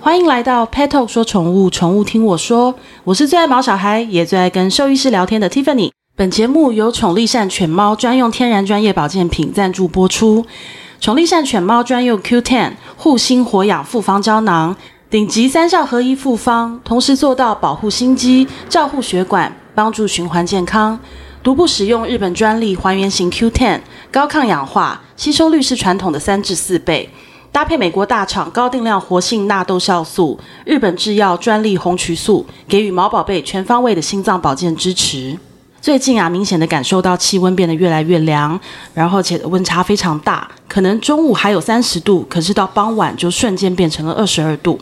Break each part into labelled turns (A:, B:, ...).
A: 欢迎来到 Pet Talk 说宠物，宠物听我说，我是最爱毛小孩，也最爱跟兽医师聊天的 Tiffany。本节目由宠力善犬猫专用天然专业保健品赞助播出。宠力善犬猫专用 Q10 护心活氧复方胶囊，顶级三效合一复方，同时做到保护心肌、照护血管、帮助循环健康。独步使用日本专利还原型 Q10，高抗氧化，吸收率是传统的三至四倍。搭配美国大厂高定量活性纳豆酵素、日本制药专利红曲素，给予毛宝贝全方位的心脏保健支持。最近啊，明显的感受到气温变得越来越凉，然后且温差非常大，可能中午还有三十度，可是到傍晚就瞬间变成了二十二度。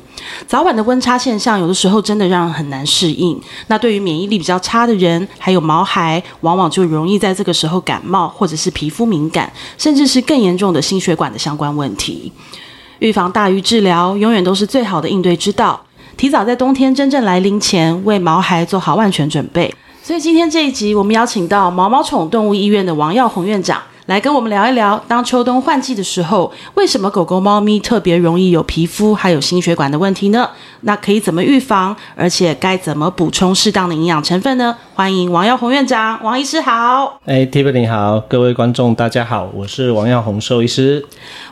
A: 早晚的温差现象，有的时候真的让人很难适应。那对于免疫力比较差的人，还有毛孩，往往就容易在这个时候感冒，或者是皮肤敏感，甚至是更严重的心血管的相关问题。预防大于治疗，永远都是最好的应对之道。提早在冬天真正来临前，为毛孩做好万全准备。所以今天这一集，我们邀请到毛毛宠动物医院的王耀红院长来跟我们聊一聊，当秋冬换季的时候，为什么狗狗、猫咪特别容易有皮肤还有心血管的问题呢？那可以怎么预防？而且该怎么补充适当的营养成分呢？欢迎王耀红院长，王医师好。
B: 哎、t i f f a n y 好，各位观众大家好，我是王耀红兽医师。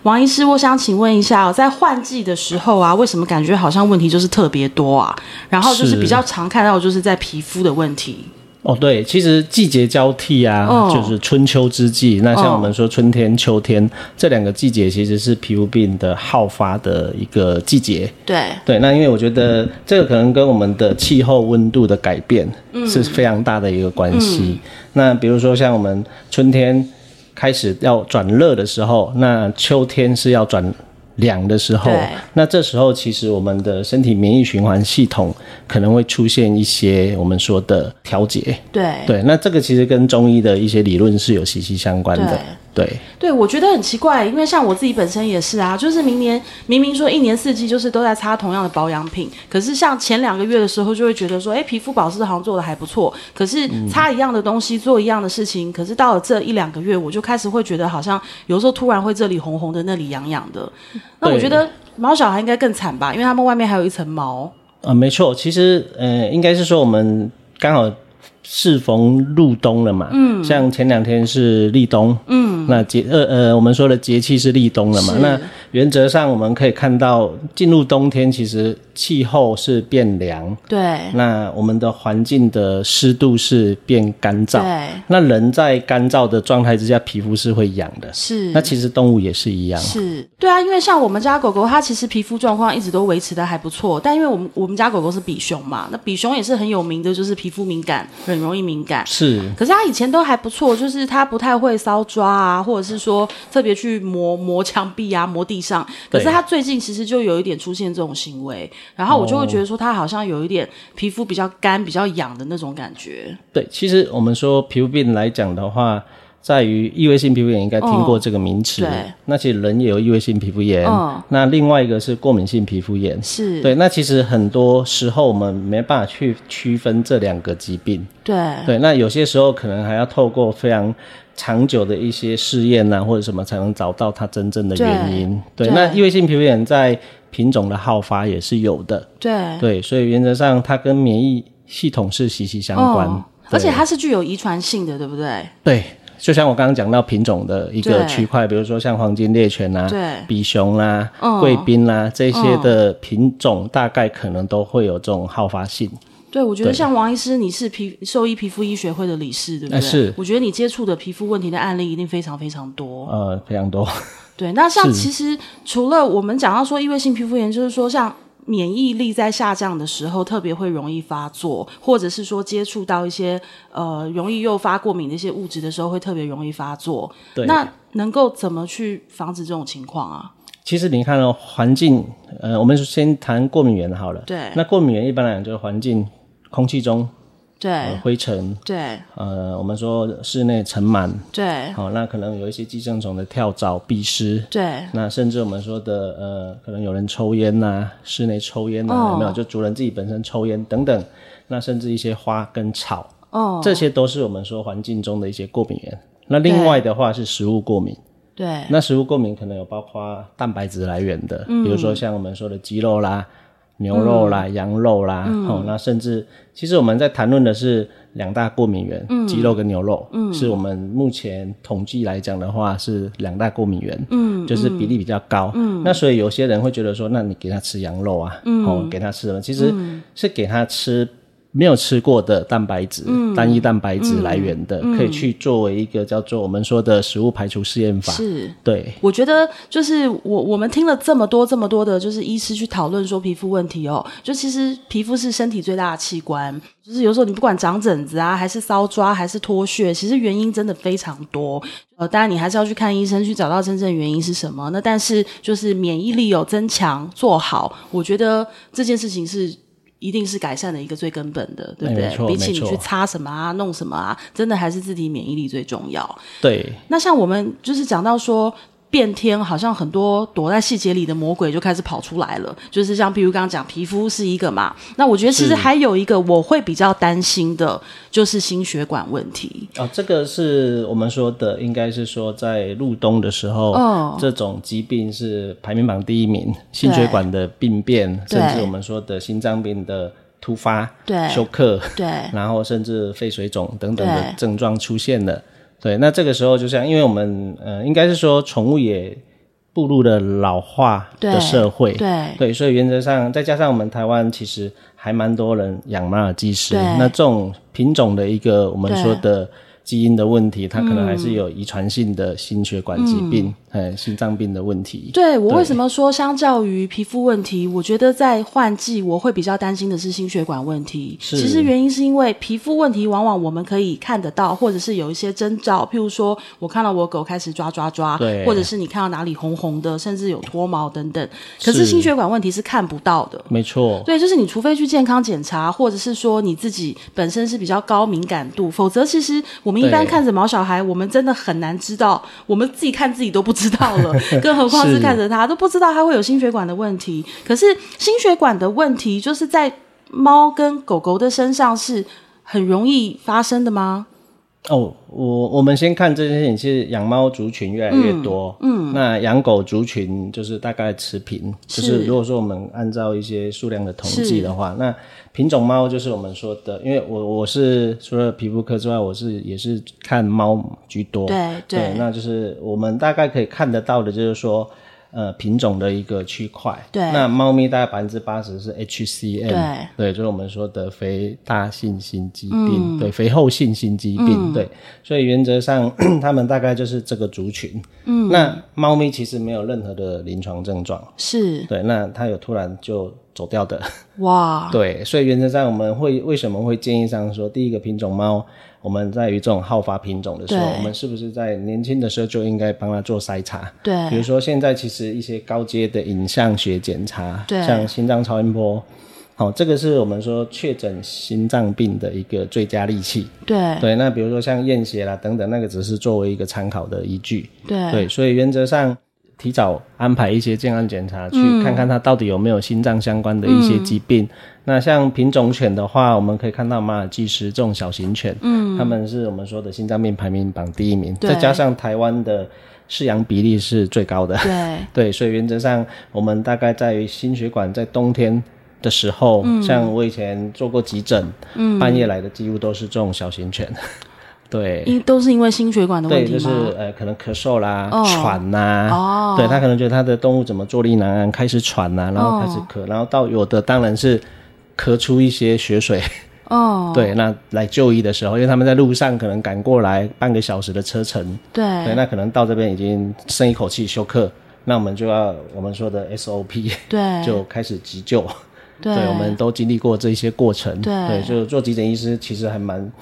A: 王医师，我想请问一下哦，在换季的时候啊，为什么感觉好像问题就是特别多啊？然后就是
B: 是
A: 比较常看到就是在皮肤的问题，
B: 哦，对，其实季节交替啊，
A: 哦
B: 就是春秋之际。那像
A: 哦
B: 我们说春天、秋天这两个季节，其实是皮肤病的好发的一个季节。
A: 对，
B: 对，那因为我觉得这个可能跟我们的气候温度的改变是非常大的一个关系。那比如说像我们春天开始要转热的时候，那秋天是要转凉的时候
A: 对，
B: 那这时候其实我们的身体免疫循环系统可能会出现一些我们说的调节。
A: 对，
B: 对，那这个其实跟中医的一些理论是有息息相关的。对
A: 对，我觉得很奇怪，因为像我自己本身也是啊，就是明年明明说一年四季就是都在擦同样的保养品，可是像前两个月的时候就会觉得说，哎，皮肤保湿好像做的还不错，可是
B: 嗯
A: 擦一样的东西做一样的事情，可是到了这一两个月，我就开始会觉得好像有时候突然会这里红红的，那里痒痒的。那我
B: 对
A: 觉得毛小孩应该更惨吧，因为他们外面还有一层毛。
B: 啊，没错，其实呃，应该是说我们刚好适逢入冬了嘛，嗯，像前两天是立冬，嗯，那节呃呃，我们说的节气是立冬了嘛
A: 是，
B: 那原则上我们可以看到，进入冬天其实气候是变凉，
A: 对
B: 那我们的环境的湿度是变干燥，
A: 对，
B: 那人在干燥的状态之下，皮肤是会痒的，
A: 是
B: 那其实动物也是一样，
A: 是对啊，因为像我们家狗狗，它其实皮肤状况一直都维持的还不错，但因为我们我们家狗狗是比熊嘛，那比熊也是很有名的，就是皮肤敏感，很容易敏感。
B: 是
A: 可是它以前都还不错，就是它不太会搔抓啊，或者是说特别去磨磨墙壁啊、磨地上。可
B: 对
A: 是它最近其实就有一点出现这种行为，然后我就会
B: 哦
A: 觉得说它好像有一点皮肤比较干、比较痒的那种感觉。
B: 对，其实我们说皮肤病来讲的话，在于异位性皮肤炎应该听过这个名词。
A: 哦对
B: 那其实人也有异位性皮肤炎，
A: 嗯
B: 那另外一个是过敏性皮肤炎。
A: 是
B: 对，那其实很多时候我们没办法去区分这两个疾病。
A: 对
B: 对，那有些时候可能还要透过非常长久的一些试验啊呐、或者什么，才能找到它真正的原因。
A: 对
B: 对，
A: 对
B: 那异位性皮肤炎在品种的好发也是有的。
A: 对
B: 对，所以原则上它跟免疫系统是息息相关。
A: 哦，而且
B: 对
A: 它是具有遗传性的，对不对？
B: 对，就像我刚刚讲到品种的一个
A: 对
B: 区块，比如说像黄金猎犬啦、
A: 对
B: 比熊啦、
A: 嗯
B: 贵宾啦这些的品种，大概可能都会有这种好发性。
A: 对，我觉得
B: 对
A: 像王医师，你是皮兽医皮肤医学会的理事，对不对？
B: 哎是
A: 我觉得你接触的皮肤问题的案例一定非常非常多。
B: 呃，非常多。
A: 对，那像其实除了我们讲到说异位性皮肤炎，就是说像。免疫力在下降的时候，特别会容易发作，或者是说接触到一些呃容易诱发过敏的一些物质的时候，会特别容易发作。
B: 对
A: 那能够怎么去防止这种情况啊？
B: 其实你看哦，环境，呃，我们先谈过敏源好了。
A: 对
B: 那过敏源一般来讲就是环境、空气中、呃
A: 对
B: 灰尘，
A: 对
B: 呃，我们说室内尘螨，
A: 对
B: 好、那可能有一些寄生虫的跳蚤、蜱虱。
A: 对
B: 那甚至我们说的，呃，可能有人抽烟呐、室内抽烟呐、啊
A: 哦
B: 有没有？就主人自己本身抽烟等等，那甚至一些花跟草，
A: 哦
B: 这些都是我们说环境中的一些过敏源。那另外的话是食物过敏，
A: 对
B: 那食物过敏可能有包括蛋白质来源的，比如说像我们说的鸡肉啦、牛肉啦、羊肉啦，哦，那甚至其实我们在谈论的是两大过敏源，鸡肉跟牛肉，是我们目前统计来讲的话是两大过敏源，嗯，就是比例比较高，嗯，那所以有些人会觉得说，那你给他吃羊肉啊，哦，给他吃什么？其实是给他吃。没有吃过的蛋白质，单一蛋白质来源的，可以去作为一个叫做我们说的食物排除试验法，
A: 是。
B: 对，
A: 我觉得就是我我们听了这么多这么多的，就是医师去讨论说皮肤问题哦，就其实皮肤是身体最大的器官，就是有时候你不管长疹子啊，还是搔抓，还是脱屑，其实原因真的非常多。呃，当然你还是要去看医生，去找到真正原因是什么。那但是就是免疫力有增强，做好，我觉得这件事情是。一定是改善的一个最根本的，对不
B: 哎没
A: 对？
B: 错
A: 比起你
B: 没错
A: 去擦什么啊、弄什么啊，真的还是自体免疫力最重要。
B: 对，
A: 那像我们就是讲到说。变天好像很多躲在细节里的魔鬼就开始跑出来了，就是像比如刚刚讲皮肤是一个嘛，那我觉得其实
B: 是
A: 还有一个我会比较担心的，就是心血管问题。
B: 哦，这个是我们说的，应该是说在入冬的时候，
A: 哦
B: 这种疾病是排名榜第一名，心血管的病变，
A: 对
B: 甚至我们说的心脏病的突发、
A: 对
B: 休克，
A: 对
B: 然后甚至肺水肿等等的
A: 对
B: 症状出现了。对，那这个时候就像，因为我们呃，应该是说宠物也步入了老化
A: 对
B: 的社会，
A: 对
B: 对，所以原则上再加上我们台湾其实还蛮多人养马尔济斯，
A: 对
B: 那这种品种的一个我们说的基因的问题，它可能还是有遗传性的心血管疾病，哎、心脏病的问题。
A: 对我
B: 对
A: 为什么说相较于皮肤问题，我觉得在换季我会比较担心的是心血管问题。
B: 是
A: 其实原因是因为皮肤问题往往我们可以看得到，或者是有一些征兆，譬如说我看到我狗开始抓抓抓，
B: 对
A: 或者是你看到哪里红红的，甚至有脱毛等等。可是
B: 是
A: 心血管问题是看不到的。
B: 没错，
A: 对，就是你除非去健康检查，或者是说你自己本身是比较高敏感度，否则其实我们一般
B: 对
A: 看着毛小孩，我们真的很难知道，我们自己看自己都不知道 了，更何况是
B: 是
A: 看着他都不知道他会有心血管的问题。可是心血管的问题，就是在猫跟狗狗的身上是很容易发生的吗？
B: 哦，我我们先看这件事情，其实养猫族群越来越多，嗯，那养狗族群就是大概持平，
A: 是
B: 就是如果说我们按照一些数量的统计
A: 是
B: 的话，那品种猫就是我们说的，因为我我是除了皮肤科之外，我是也是看猫居多，
A: 对
B: 哦对
A: 对
B: 那就是我们大概可以看得到的，就是说。呃，品种的一个区块，
A: 对
B: 那猫咪大概百分之八十是 HCM，
A: 对
B: 对，就是我们说的肥大性心肌病，对，肥厚性心肌病，对，所以原则上 他们大概就是这个族群。嗯，那猫咪其实没有任何的临床症状，
A: 是
B: 对，那它有突然就走掉的，
A: 哦哇，
B: 对，所以原则上我们会为什么会建议上说，第一个品种猫，我们在于这种好发品种的时候，
A: 对
B: 我们是不是在年轻的时候就应该帮它做筛查？比
A: 对
B: 如说现在其实一些高阶的影像学检查，
A: 对
B: 像心脏超音波，好、这个是我们说确诊心脏病的一个最佳利器。
A: 对
B: 对，那比如说像验血啦等等，那个只是作为一个参考的依据。
A: 对
B: 对，所以原则上提早安排一些健康检
A: 嗯
B: 查，去看看它到底有没有心脏相关的一些疾病。那像品种犬的话，我们可以看到马尔济斯这种小型犬，嗯，它们是我们说的心脏病排名榜第一名，
A: 对
B: 再加上台湾的饲养比例是最高的，
A: 对
B: 对，所以原则上我们大概在于心血管在冬天。的时候，
A: 嗯
B: 像我以前做过急诊，半夜来的几乎都是这种小型犬， 对，
A: 因都是因为心血管的问
B: 对，
A: 题
B: 就
A: 吗？
B: 是呃，可能咳嗽啦、
A: 哦
B: 喘呐、
A: 哦
B: 对他可能觉得他的动物怎么坐立难安，开始喘呐、然后开始
A: 哦
B: 咳，然后到有的当然是咳出一些血水，
A: 哦，
B: 对，那来就医的时候，因为他们在路上可能赶过来半个小时的车程，对，
A: 对
B: 那可能到这边已经深一口气休克，那我们就要我们说 的 SOP
A: 对
B: 就开始急救。
A: 对
B: 我们都经历过这些过程。
A: 对
B: 对，就是做急诊医师其实还蛮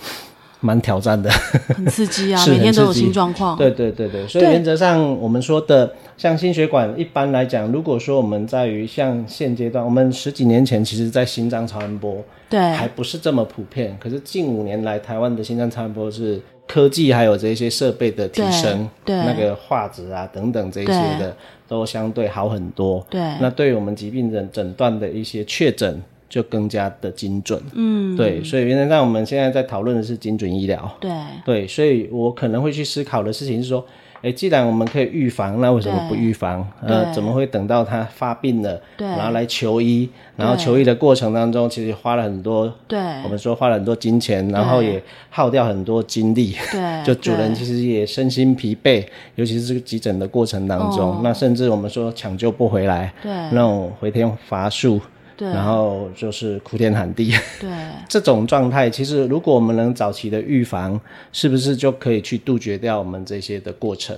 B: 蛮挑战的。
A: 很刺激啊，
B: 是
A: 每天都有
B: 很刺激
A: 新状况。
B: 对对对对，所以
A: 对
B: 原则上我们说的，像心血管，一般来讲，如果说我们在于像现阶段，我们十几年前其实在心脏超音波
A: 对
B: 还不是这么普遍，可是近五年来，台湾的心脏超音波是科技还有这些设备的提升，
A: 对对
B: 那个画质啊等等这些
A: 对
B: 的都相对好很多。
A: 对
B: 那对于我们疾病诊诊断的一些确诊。就更加的精准，嗯，对，所以原则上我们现在在讨论的是精准医疗，
A: 对
B: 对，所以我可能会去思考的事情是说，诶，既然我们可以预防，那为什么不预防？呃，
A: 对
B: 怎么会等到他发病了，
A: 对
B: 然后来求医？然后求医的过程当中，其实花了很多，
A: 对
B: 我们说花了很多金钱，然后也耗掉很多精力。
A: 对，
B: 就主人
A: 对
B: 其实也身心疲惫，尤其是这个急诊的过程当中，那甚至我们说抢救不回来，
A: 哦对
B: 那种回天乏术，
A: 对
B: 然后就是哭天喊地。
A: 对
B: 这种状态，其实如果我们能早期的预防，是不是就可以去杜绝掉我们这些的过程？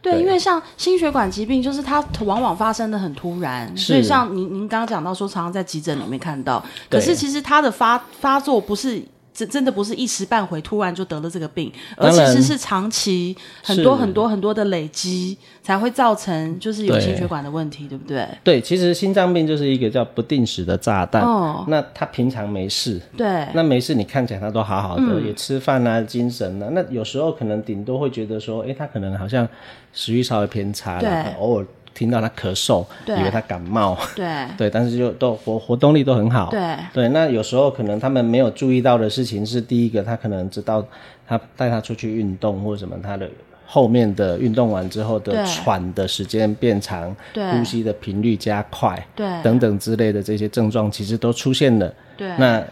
A: 对，
B: 对
A: 因为像心血管疾病，就是它往往发生的很突然，所以像您您刚刚讲到说，常常在急诊里面看到，可
B: 对
A: 是其实它的发发作不是。真真的不是一时半会突然就得了这个病，而
B: 当
A: 其
B: 然
A: 实是长期很多
B: 是
A: 很多很多的累积才会造成就是有
B: 对
A: 心血管的问题，对不对？
B: 对，其实心脏病就是一个叫不定时的炸弹。
A: 哦，
B: 那他平常没事，
A: 对，嗯
B: 那没事，你看起来他都好好的，也吃饭啊，精神啊。那有时候可能顶多会觉得说，诶，他可能好像食欲稍微偏差了
A: 对，
B: 偶尔听到他咳嗽，
A: 对
B: 以为他感冒，
A: 对
B: 对，但是就都活活动力都很好。
A: 对
B: 对，那有时候可能他们没有注意到的事情是，第一个他可能知道他带他出去运动或什么，他的后面的运动完之后
A: 对
B: 的喘的时间变长，
A: 对
B: 呼吸的频率加快，
A: 对
B: 等等之类的这些症状其实都出现了。
A: 对
B: 那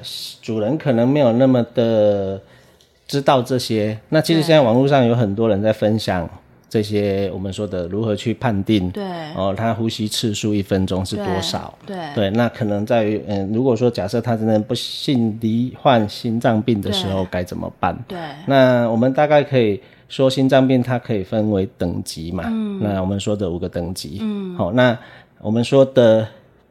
B: 主人可能没有那么的知道这些。那其实现在网络上有很多人在分享这些我们说的如何去判定，
A: 对
B: 哦，他呼吸次数一分钟是多少？
A: 对
B: 对，那可能在于，嗯，如果说假设他真的不幸罹患心脏病的时候该怎么办？
A: 对
B: 那我们大概可以说，心脏病它可以分为等级嘛。那我们说的五个等级。嗯。好、那我们说的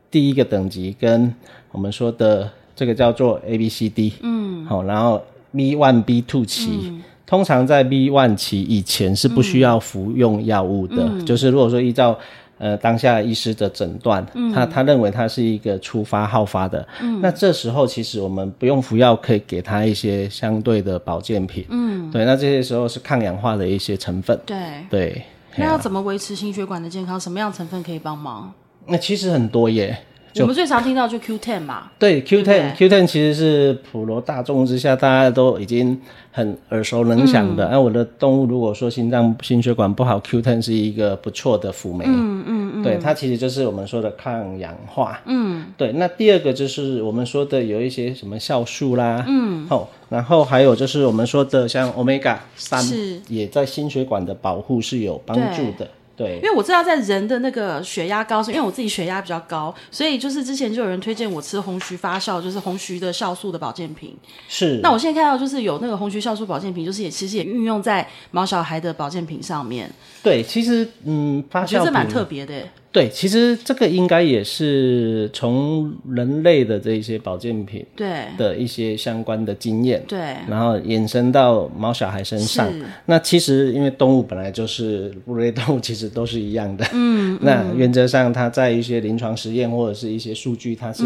B: 第一个等级跟我们说的这个叫做 A、B、C、D。嗯。好、然后 B one、B two 期。通常在 B one 期以前是不需要服用药物的，就是如果说依照呃当下医师的诊断，他他认为他是一个初发好发的，那这时候其实我们不用服药，可以给他一些相对的保健品，嗯，对，那这些时候是抗氧化的一些成分，
A: 对，
B: 对，
A: 那要怎么维持心血管的健康？什么样成分可以帮忙？
B: 那其实很多耶。
A: 我们最常听到就 Q10 嘛，
B: 对 Q
A: 对
B: ten Q ten 其实是普罗大众之下大家都已经很耳熟能详
A: 嗯
B: 的。那、啊我的动物如果说心脏心血管不好，Q ten 是一个不错的辅酶。嗯嗯嗯，对，它其实就是我们说的抗氧化。嗯，对。那第二个就是我们说的有一些什么酵素啦，嗯，哦，然后还有就是我们说的像 omega 三
A: 是，
B: 也在心血管的保护是有帮助的。对
A: 因，为我知道在人的那个血压高，因为我自己血压比较高，所以就是之前就有人推荐我吃红曲发酵，就是红曲的酵素的保健品。
B: 是。
A: 那我现在看到就是有那个红曲酵素保健品，就是也其实也运用在毛小孩的保健品上面，
B: 对，其实嗯，发
A: 我觉
B: 酵
A: 得这蛮
B: 品
A: 特别的耶。
B: 对，其实这个应该也是从人类的这一些保健品
A: 对
B: 的一些相关的经验，
A: 对
B: 然后延伸到毛小孩身上
A: 是。
B: 那其实因为动物本来就是哺乳类动物，其实都是一样的。嗯， 那原则上它在一些临床实验或者是一些数据，它是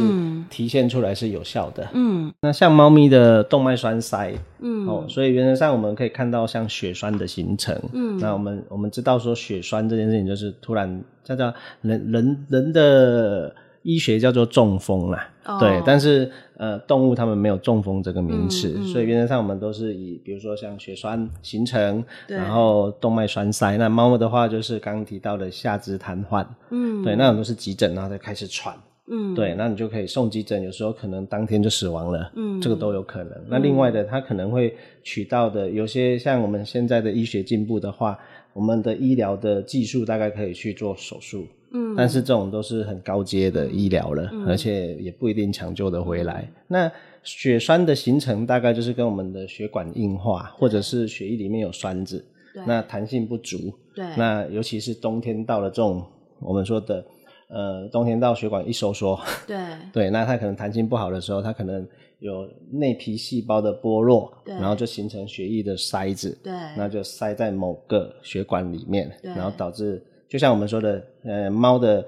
B: 体现出来是有效的。嗯，那像猫咪的动脉栓塞，嗯，哦，所以原则上我们可以看到像血栓的形成。嗯，那我们我们知道说血栓这件事情就是突然叫叫人人人的。医学叫做中风啦，
A: 哦嗯
B: 对，但是呃，动物它们没有中风这个名词，所以原则上我们都是以比如说像血栓形成，
A: 对
B: 然后动脉栓塞。那猫的话就是刚刚提到的下肢瘫痪，
A: 嗯，
B: 对，那种都是急诊，然后再开始喘，
A: 嗯，
B: 对，那你就可以送急诊，有时候可能当天就死亡了，嗯，这个都有可能。那另外的，它可能会取到的，有些像我们现在的医学进步的话，我们的医疗的技术大概可以去做手术，嗯，但是这种都是很高阶的医疗了，而且也不一定抢救得回来。那血栓的形成大概就是跟我们的血管硬化，或者是血液里面有栓子，那弹性不足，
A: 对
B: 那尤其是冬天到了这种我们说的，呃，冬天到血管一收缩，
A: 对
B: 对，那它可能弹性不好的时候，它可能有内皮细胞的剥落，
A: 对
B: 然后就形成血液的塞子，
A: 对，
B: 那就塞在某个血管里面，
A: 对
B: 然后导致就像我们说的，呃，猫的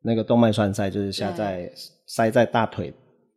B: 那个动脉栓塞就是下在塞在大腿，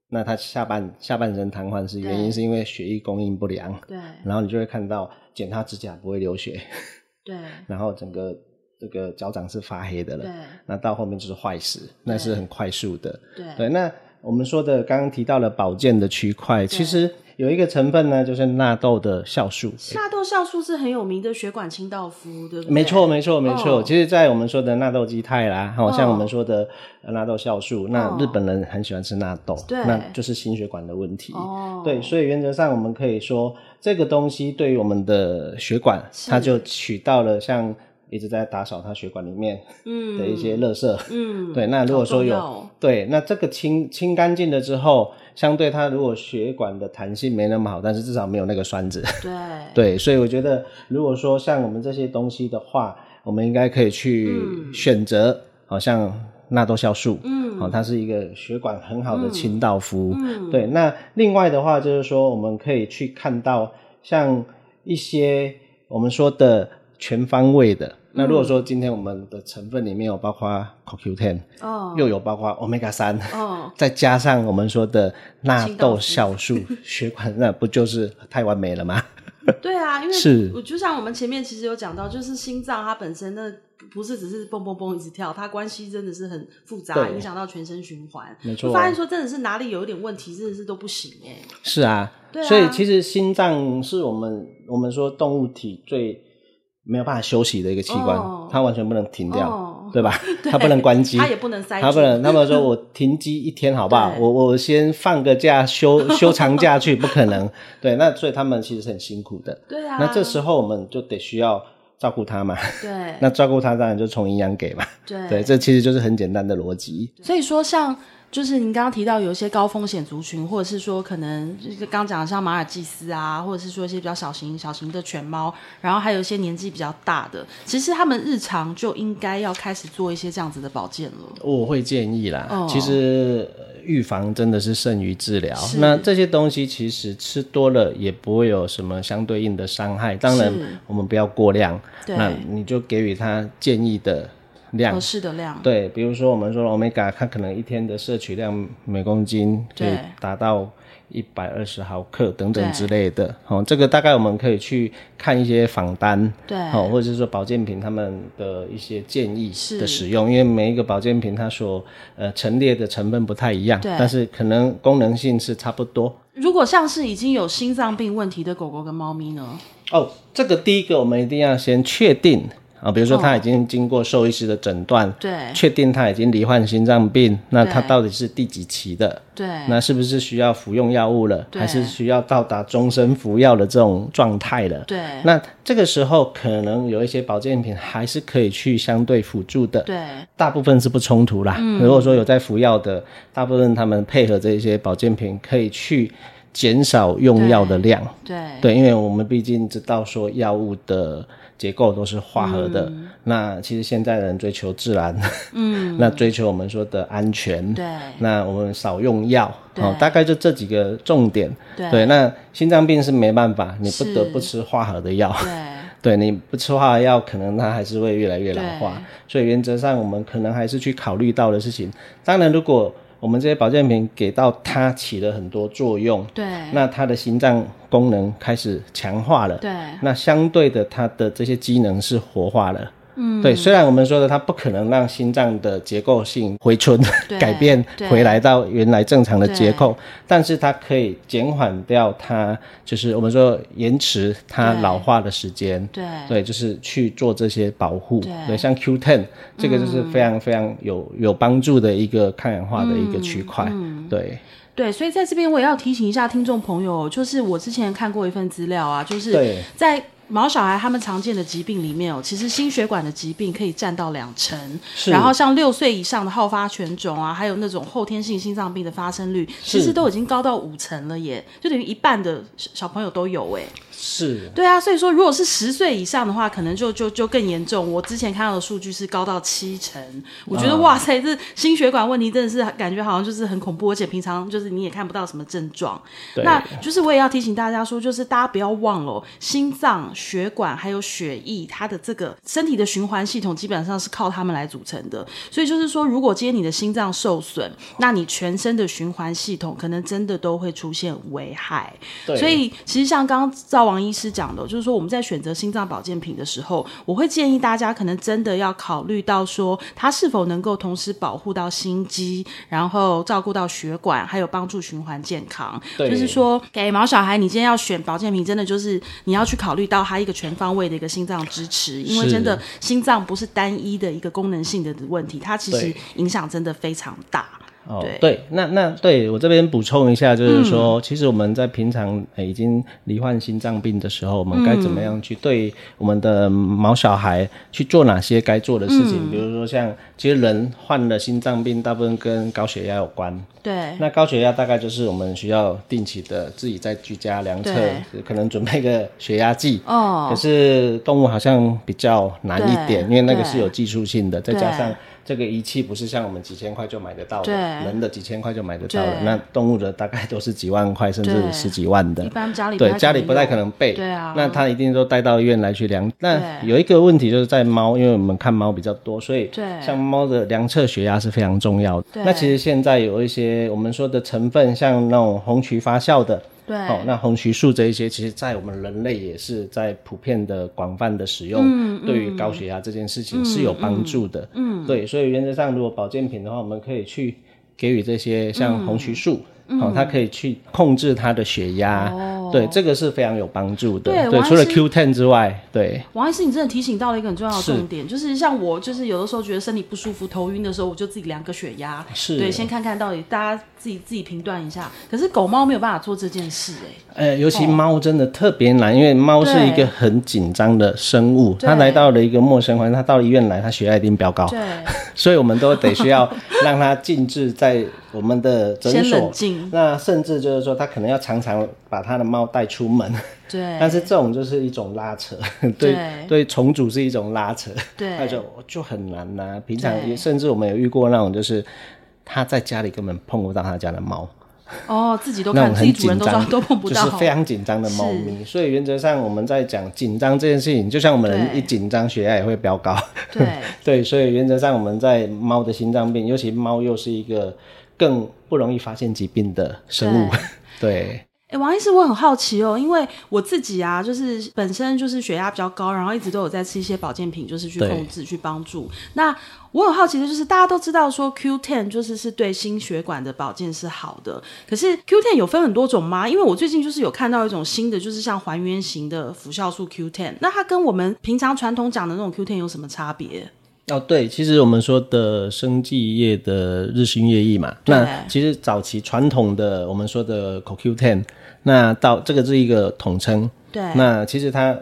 B: 那它下半下半身瘫痪是原
A: 对
B: 因是因为血液供应不良，
A: 对
B: 然后你就会看到剪它指甲不会流血，
A: 对
B: 然后整个这个脚掌是发黑的了，
A: 对
B: 那到后面就是坏死，那是很快速的，
A: 对
B: 对，那我们说的刚刚提到了保健的区块，其实有一个成分呢，就是纳豆的酵素。
A: 纳豆酵素是很有名的血管清道夫，对不对？
B: 没错，没错，没错。
A: 哦
B: 其实，在我们说的纳豆基肽啦，好、
A: 哦
B: 像我们说的呃纳豆酵素，
A: 哦
B: 那日本人很喜欢吃纳豆，
A: 对
B: 那就是心血管的问题。
A: 哦，
B: 对，所以原则上我们可以说，这个东西对于我们的血管，
A: 是
B: 它就起到了像一直在打扫它血管里面
A: 嗯
B: 的一些垃圾。
A: 嗯，
B: 对，那如果说有
A: 好重要哦
B: 对，那这个清清干净了之后，相对它如果血管的弹性没那么好，但是至少没有那个栓子。
A: 对
B: 对，所以我觉得，如果说像我们这些东西的话，我们应该可以去
A: 嗯
B: 选择，好、像纳豆酵素，
A: 嗯
B: 好、它是一个血管很好的清道夫。
A: 嗯
B: 对，那另外的话就是说，我们可以去看到像一些我们说的全方位的。那
A: 嗯
B: 如果说今天我们的成分里面有包括 CoQ10，、
A: 哦
B: 又有包括 Omega 三、
A: 哦
B: 再加上我们说的纳豆酵素， 血管那不就是太完美了吗？
A: 对啊，因为
B: 是
A: 我就像我们前面其实有讲到，就是心脏它本身那不是只是蹦蹦蹦一直跳，它关系真的是很复杂，
B: 对
A: 影响到全身循环。
B: 没
A: 我
B: 错，
A: 发现说真的是哪里有一点问题，真的是都不行哎、
B: 是啊，
A: 对啊
B: 所以其实心脏是我们我们说动物体最没有办法休息的一个器官，
A: 哦
B: 它完全不能停掉，
A: 哦
B: 对吧？
A: 对
B: 它不能关机，
A: 它也不能塞住，
B: 他不能，他们说我停机一天好不 好？
A: 对
B: 我我先放个假休 休长假去，不可能。对，那所以他们其实是很辛苦的。
A: 对啊，
B: 那这时候我们就得需要照顾他嘛，
A: 对
B: 那照顾他当然就从营养给嘛。
A: 对
B: 对，这其实就是很简单的逻辑。
A: 所以说，像就是您刚刚提到有一些高风险族群，或者是说可能就是刚讲的像马尔济斯啊，或者是说一些比较小型小型的犬猫，然后还有一些年纪比较大的，其实他们日常就应该要开始做一些这样子的保健了。
B: 我会建议啦，
A: 哦
B: 其实呃预防真的是胜于治疗
A: 是。
B: 那这些东西其实吃多了也不会有什么相对应的伤害，当然
A: 是
B: 我们不要过量，
A: 对哦
B: 那你就给予他建议的量
A: 合。适的量，
B: 对，比如说我们说 omega，它可能一天的摄取量每公斤可以
A: 对
B: 达到一百二十毫克等
A: 对
B: 等之类的。哦，这个大概我们可以去看一些访单，
A: 对
B: 哦，或者是说保健品他们的一些建议
A: 是
B: 的使用，因为每一个保健品它所呃陈列的成分不太一样，
A: 对
B: 但是可能功能性是差不多。
A: 如果像是已经有心脏病问题的狗狗跟猫咪呢？
B: 哦，这个第一个我们一定要先确定啊，比如说他
A: 哦
B: 已经经过兽医师的诊断，
A: 对
B: 确定他已经罹患心脏病，那他
A: 哎对
B: 到底是第几期的？
A: 对
B: 那是不是需要服用药物了，
A: 对
B: 还是需要到达终身服药的这种状态了？
A: 对
B: 那这个时候可能有一些保健品还是可以去相对辅助的，
A: 对
B: 大部分是不冲突啦。
A: 嗯
B: 如果说有在服药的，大部分他们配合这些保健品可以去减少用药的量。
A: 对
B: 对，因为我们毕竟知道说药物的结构都是化合的，
A: 嗯
B: 那其实现在人追求自然，嗯， 那追求我们说的安全，
A: 对
B: 那我们少用药，
A: 对
B: 哦，大概就这几个重点。
A: 对
B: 那心脏病是没办法，你不
A: 是
B: 得不吃化合的药。
A: 对
B: 对，你不吃化合药，可能它还是会越来越老化
A: 对。
B: 所以原则上，我们可能还是去考虑到的事情。当然，如果我们这些保健品给到它起了很多作用，
A: 对
B: 那它的心脏功能开始强化了，
A: 对
B: 那相对的，它的这些机能是活化了。嗯，对，虽然我们说的它不可能让心脏的结构性回春
A: 对
B: 改变
A: 对
B: 回来到原来正常的结构，但是它可以减缓掉它就是我们说延迟它
A: 对
B: 老化的时间。
A: 对
B: 对，就是去做这些保护。
A: 对
B: 像 Q10 这个就是非常非常有有帮助的一个抗氧化的一个区块。
A: 嗯
B: 对，
A: 对，所以在这边我也要提醒一下听众朋友，就是我之前看过一份资料啊，就是
B: 对
A: 在毛小孩他们常见的疾病里面哦，其实心血管的疾病可以占到两成，
B: 是
A: 然后像六岁以上的好发犬种啊，还有那种后天性心脏病的发生率，其实都已经高到五成了耶，就等于一半的小小朋友都有哎。
B: 是
A: 对啊，所以说如果是十岁以上的话，可能就就就更严重。我之前看到的数据是高到七成，我觉得、哇塞，这心血管问题真的是感觉好像就是很恐怖，而且平常就是你也看不到什么症状。
B: 对
A: 那就是我也要提醒大家说，就是大家不要忘了哦、心脏、血管还有血液，它的这个身体的循环系统基本上是靠它们来组成的。所以就是说，如果今天你的心脏受损，那你全身的循环系统可能真的都会出现危害。
B: 对
A: 所以其实像刚刚赵王医师讲的，就是说我们在选择心脏保健品的时候，我会建议大家可能真的要考虑到说，它是否能够同时保护到心肌，然后照顾到血管，还有帮助循环健康。
B: 对
A: 就是说给毛小孩，你今天要选保健品，真的就是你要去考虑到它一个全方位的一个心脏支持，因为
B: 是
A: 真的心脏不是单一的一个功能性的问题，它其实
B: 对
A: 影响真的非常大。
B: 哦
A: 对，嗯
B: 对，那那对我这边补充一下，就是说，其实我们在平常、呃已经罹患心脏病的时候，我们该怎么样去对我们的毛小孩去做哪些该做的事情？
A: 嗯
B: 比如说像，其实人患了心脏病，大部分跟高血压有关。
A: 对，
B: 那高血压大概就是我们需要定期的自己在居家量测
A: 对，
B: 可能准备个血压计。
A: 哦
B: 可是动物好像比较难一点，
A: 对
B: 因为那个是
A: 对
B: 有技术性的，再
A: 对
B: 加上这个仪器不是像我们几千块就买得到的，
A: 对
B: 人的几千块就买得到的
A: 对，
B: 那动物的大概都是几万块甚至
A: 对
B: 十几万的
A: 一。般家里
B: 对，
A: 太
B: 家里不太
A: 有
B: 可能备，
A: 对啊
B: 那他一定都带到医院来去量。那
A: 对
B: 有一个问题就是在猫，因为我们看猫比较多，所以
A: 对
B: 像猫的量测血压是非常重要的。
A: 对
B: 那其实现在有一些我们说的成分，像那种红曲发酵的。
A: 对
B: 哦，那红曲素这一些，其实在我们人类也是在普遍的广泛的使用，
A: 嗯
B: 对于高血压这件事情是有帮助的。嗯，对，所以原则上，如果保健品的话，我们可以去给予这
A: 嗯
B: 些像红曲素，哦，它可以去控制它的血压，对，这个是非常有帮助的。
A: 哦对
B: 对，
A: 我还
B: 除了
A: 是
B: Q10 之外，对，
A: 王医师，你真的提醒到了一个很重要的
B: 是
A: 重点，就是像我，就是有的时候觉得身体不舒服、头晕的时候，我就自己量个血压，
B: 是
A: 对，先看看到底，大家自己自己评断一下。可是狗猫没有办法做这件事、哎，
B: 呃，尤其猫真的特别难，因为猫是一个很紧张的生物，
A: 对
B: 它来到了一个陌生环境，它到医院来，它血压一定飙高，
A: 对，
B: 所以我们都得需要让它静置在我们的诊
A: 先冷
B: 所。
A: 静，
B: 那甚至就是说，它可能要常常把它的猫带出门，但
A: 对，
B: 是这种就是一种拉扯， 对
A: 对
B: 对，重组是一种拉扯，那
A: 对，
B: 就哦就很难呐、平常
A: 对
B: 也甚至我们有遇过那种，就是他在家里根本碰不到他家的猫，
A: 哦，自己都
B: 那
A: 看自己
B: 种很
A: 主
B: 紧
A: 人都抓
B: 张，
A: 都碰不到，
B: 就是非常紧张的猫咪。所以原则上我们在讲紧张这件事情，就像我们人
A: 对
B: 一紧张，血压也会飙高。
A: 对，
B: 对，所以原则上我们在猫的心脏病，尤其猫又是一个更不容易发现疾病的生物。 对，
A: 哎、王医师，我很好奇哦，因为我自己啊，就是本身就是血压比较高，然后一直都有在吃一些保健品，就是去
B: 对
A: 控制、去帮助。那我很好奇的就是，大家都知道说 Q10 就是是对心血管的保健是好的，可是 Q10 有分很多种吗？因为我最近就是有看到一种新的，就是像还原型的辅效素 Q10，那它跟我们平常传统讲的那种 Q10 有什么差别？
B: 哦，对，其实我们说的生技业的日新月异嘛，
A: 对
B: 那其实早期传统的我们说的 CoQ10，那到这个是一个统称，
A: 对，
B: 那其实它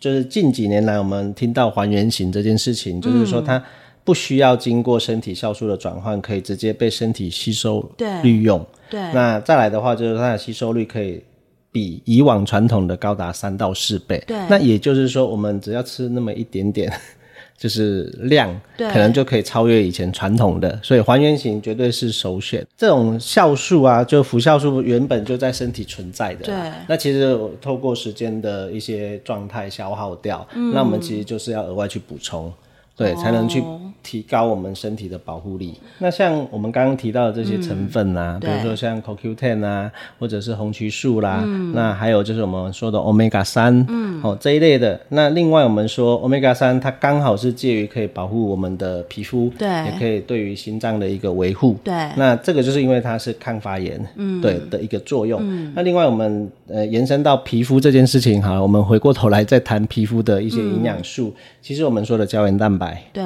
B: 就是近几年来我们听到还原型这件事情，就是
A: 嗯
B: 说它不需要经过身体酵素的转换，可以直接被身体吸收
A: 对
B: 利用。
A: 对，
B: 那再来的话，就是它的吸收率可以比以往传统的高达三到四倍。
A: 对
B: 那也就是说，我们只要吃那么一点点， 就是量，
A: 对
B: 可能就可以超越以前传统的。所以还原型绝对是首选。这种酵素啊，就辅酵素原本就在身体存在的啦。
A: 对
B: 那其实我透过时间的一些状态消耗掉，
A: 嗯
B: 那我们其实就是要额外去补充。对，才能去
A: 哦
B: 提高我们身体的保护力。那像我们刚刚提到的这些成分啊，比
A: 嗯对嗯
B: 如说像 CoQ10 啊，或者是红曲素啦，那还有就是我们说的 Omega 三，嗯，哦这一类的。那另外我们说 Omega 三，它刚好是介于可以保护我们的皮肤，
A: 对
B: 也可以对于心脏的一个维护，
A: 对，
B: 那这个就是因为它是抗发炎，嗯，对的一个作用。那另外我们呃延伸到皮肤这件事情，好了，我们回过头来再谈皮肤的一些营养素。其实我们说的胶原蛋白，
A: 对，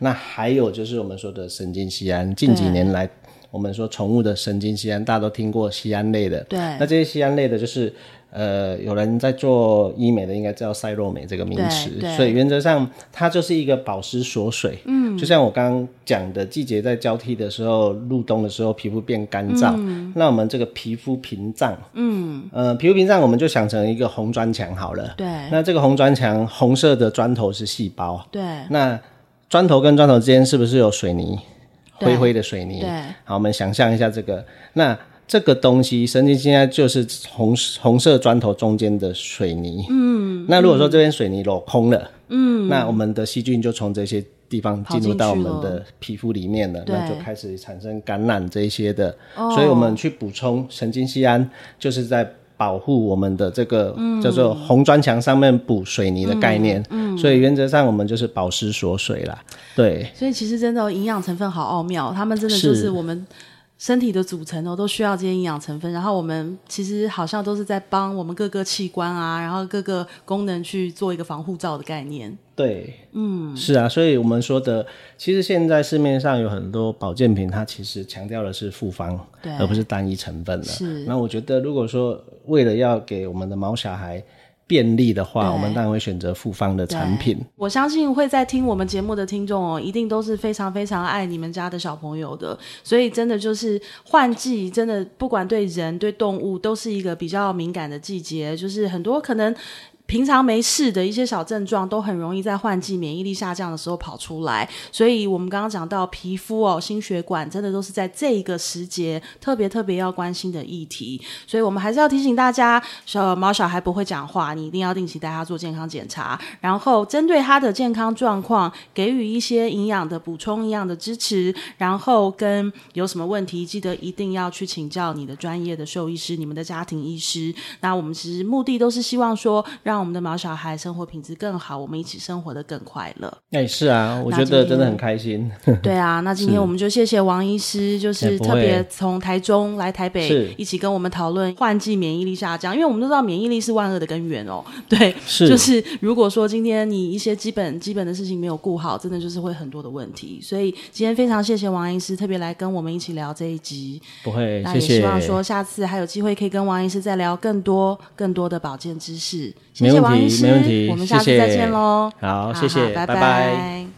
B: 那还有就是我们说的神经酰胺，近几年来我们说宠物的神经酰胺，大家都听过酰胺类的。
A: 对
B: 那这些酰胺类的，就是呃，有人在做医美的，应该知道赛洛美这个名词
A: 对对。
B: 所以原则上，它就是一个保湿锁水。嗯，就像我刚刚讲的，季节在交替的时候，入冬的时候，皮肤变干燥，
A: 嗯
B: 那我们这个皮肤屏障，嗯，呃，皮肤屏障我们就想成一个红砖墙好了。
A: 对
B: 那这个红砖墙，红色的砖头是细胞，
A: 对
B: 那砖头跟砖头之间是不是有水泥？
A: 对
B: 灰灰的水泥。
A: 对
B: 好，我们想象一下这个，那这个东西，神经现在就是红红色砖头中间的水泥。嗯，那如果说这边水泥镂空了，嗯，那我们的细菌就从这些地方进入到我们
A: 跑进去
B: 的皮肤里面了，
A: 对
B: 那就开始产生感染这一些的。所以我们去补充神经酰胺，就是在。保护我们的这个叫做红砖墙上面补水泥的概念，所以原则上我们就是保湿锁水啦。对，
A: 所以其实真的哦营养成分好奥妙，他们真的就是
B: 是
A: 我们身体的组成哦，都需要这些营养成分。然后我们其实好像都是在帮我们各个器官啊，然后各个功能去做一个防护罩的概念。
B: 对，嗯，是啊，所以我们说的，其实现在市面上有很多保健品，它其实强调的是复方，
A: 对
B: 而不是单一成分了。
A: 呃是
B: 那我觉得如果说为了要给我们的毛小孩便利的话，
A: 对
B: 我们当然会选择复方的产品。
A: 我相信会在听我们节目的听众哦，一定都是非常非常爱你们家的小朋友的，所以真的就是换季，真的不管对人对动物都是一个比较敏感的季节，就是很多可能。平常没事的一些小症状，都很容易在换季免疫力下降的时候跑出来。所以，我们刚刚讲到皮肤哦、心血管，真的都是在这一个时节特别特别要关心的议题。所以我们还是要提醒大家，小毛小孩不会讲话，你一定要定期带他做健康检查，然后针对他的健康状况给予一些营养的补充、营养的支持，然后跟有什么问题，记得一定要去请教你的专业的兽医师、你们的家庭医师。那我们其实目的都是希望说，让我们的毛小孩生活品质更好，我们一起生活的更快乐。
B: 哎、是啊，我
A: 那
B: 觉
A: 今
B: 得
A: 天
B: 真的很开心。
A: 对啊，那今天我们就谢谢王医师，就是
B: 哎不会
A: 特别从台中来台北
B: 是，
A: 一起跟我们讨论换季免疫力下降，因为我们都知道免疫力是万恶的根源哦。 对，
B: 是
A: 就是如果说今天你一些基本基本的事情没有顾好，真的就是会很多的问题。所以今天非常谢谢王医师特别来跟我们一起聊这一集，
B: 不会，
A: 那
B: 哎谢
A: 也
B: 谢
A: 希。望说下次还有机会可以跟王医师再聊更多更多的保健知识。谢
B: 没
A: 谢
B: 问
A: 王医
B: 题，
A: 师
B: 没问题，
A: 我们下次
B: 谢谢
A: 再见喽。
B: 好，谢
A: 好
B: 谢，
A: 拜
B: 拜拜
A: 拜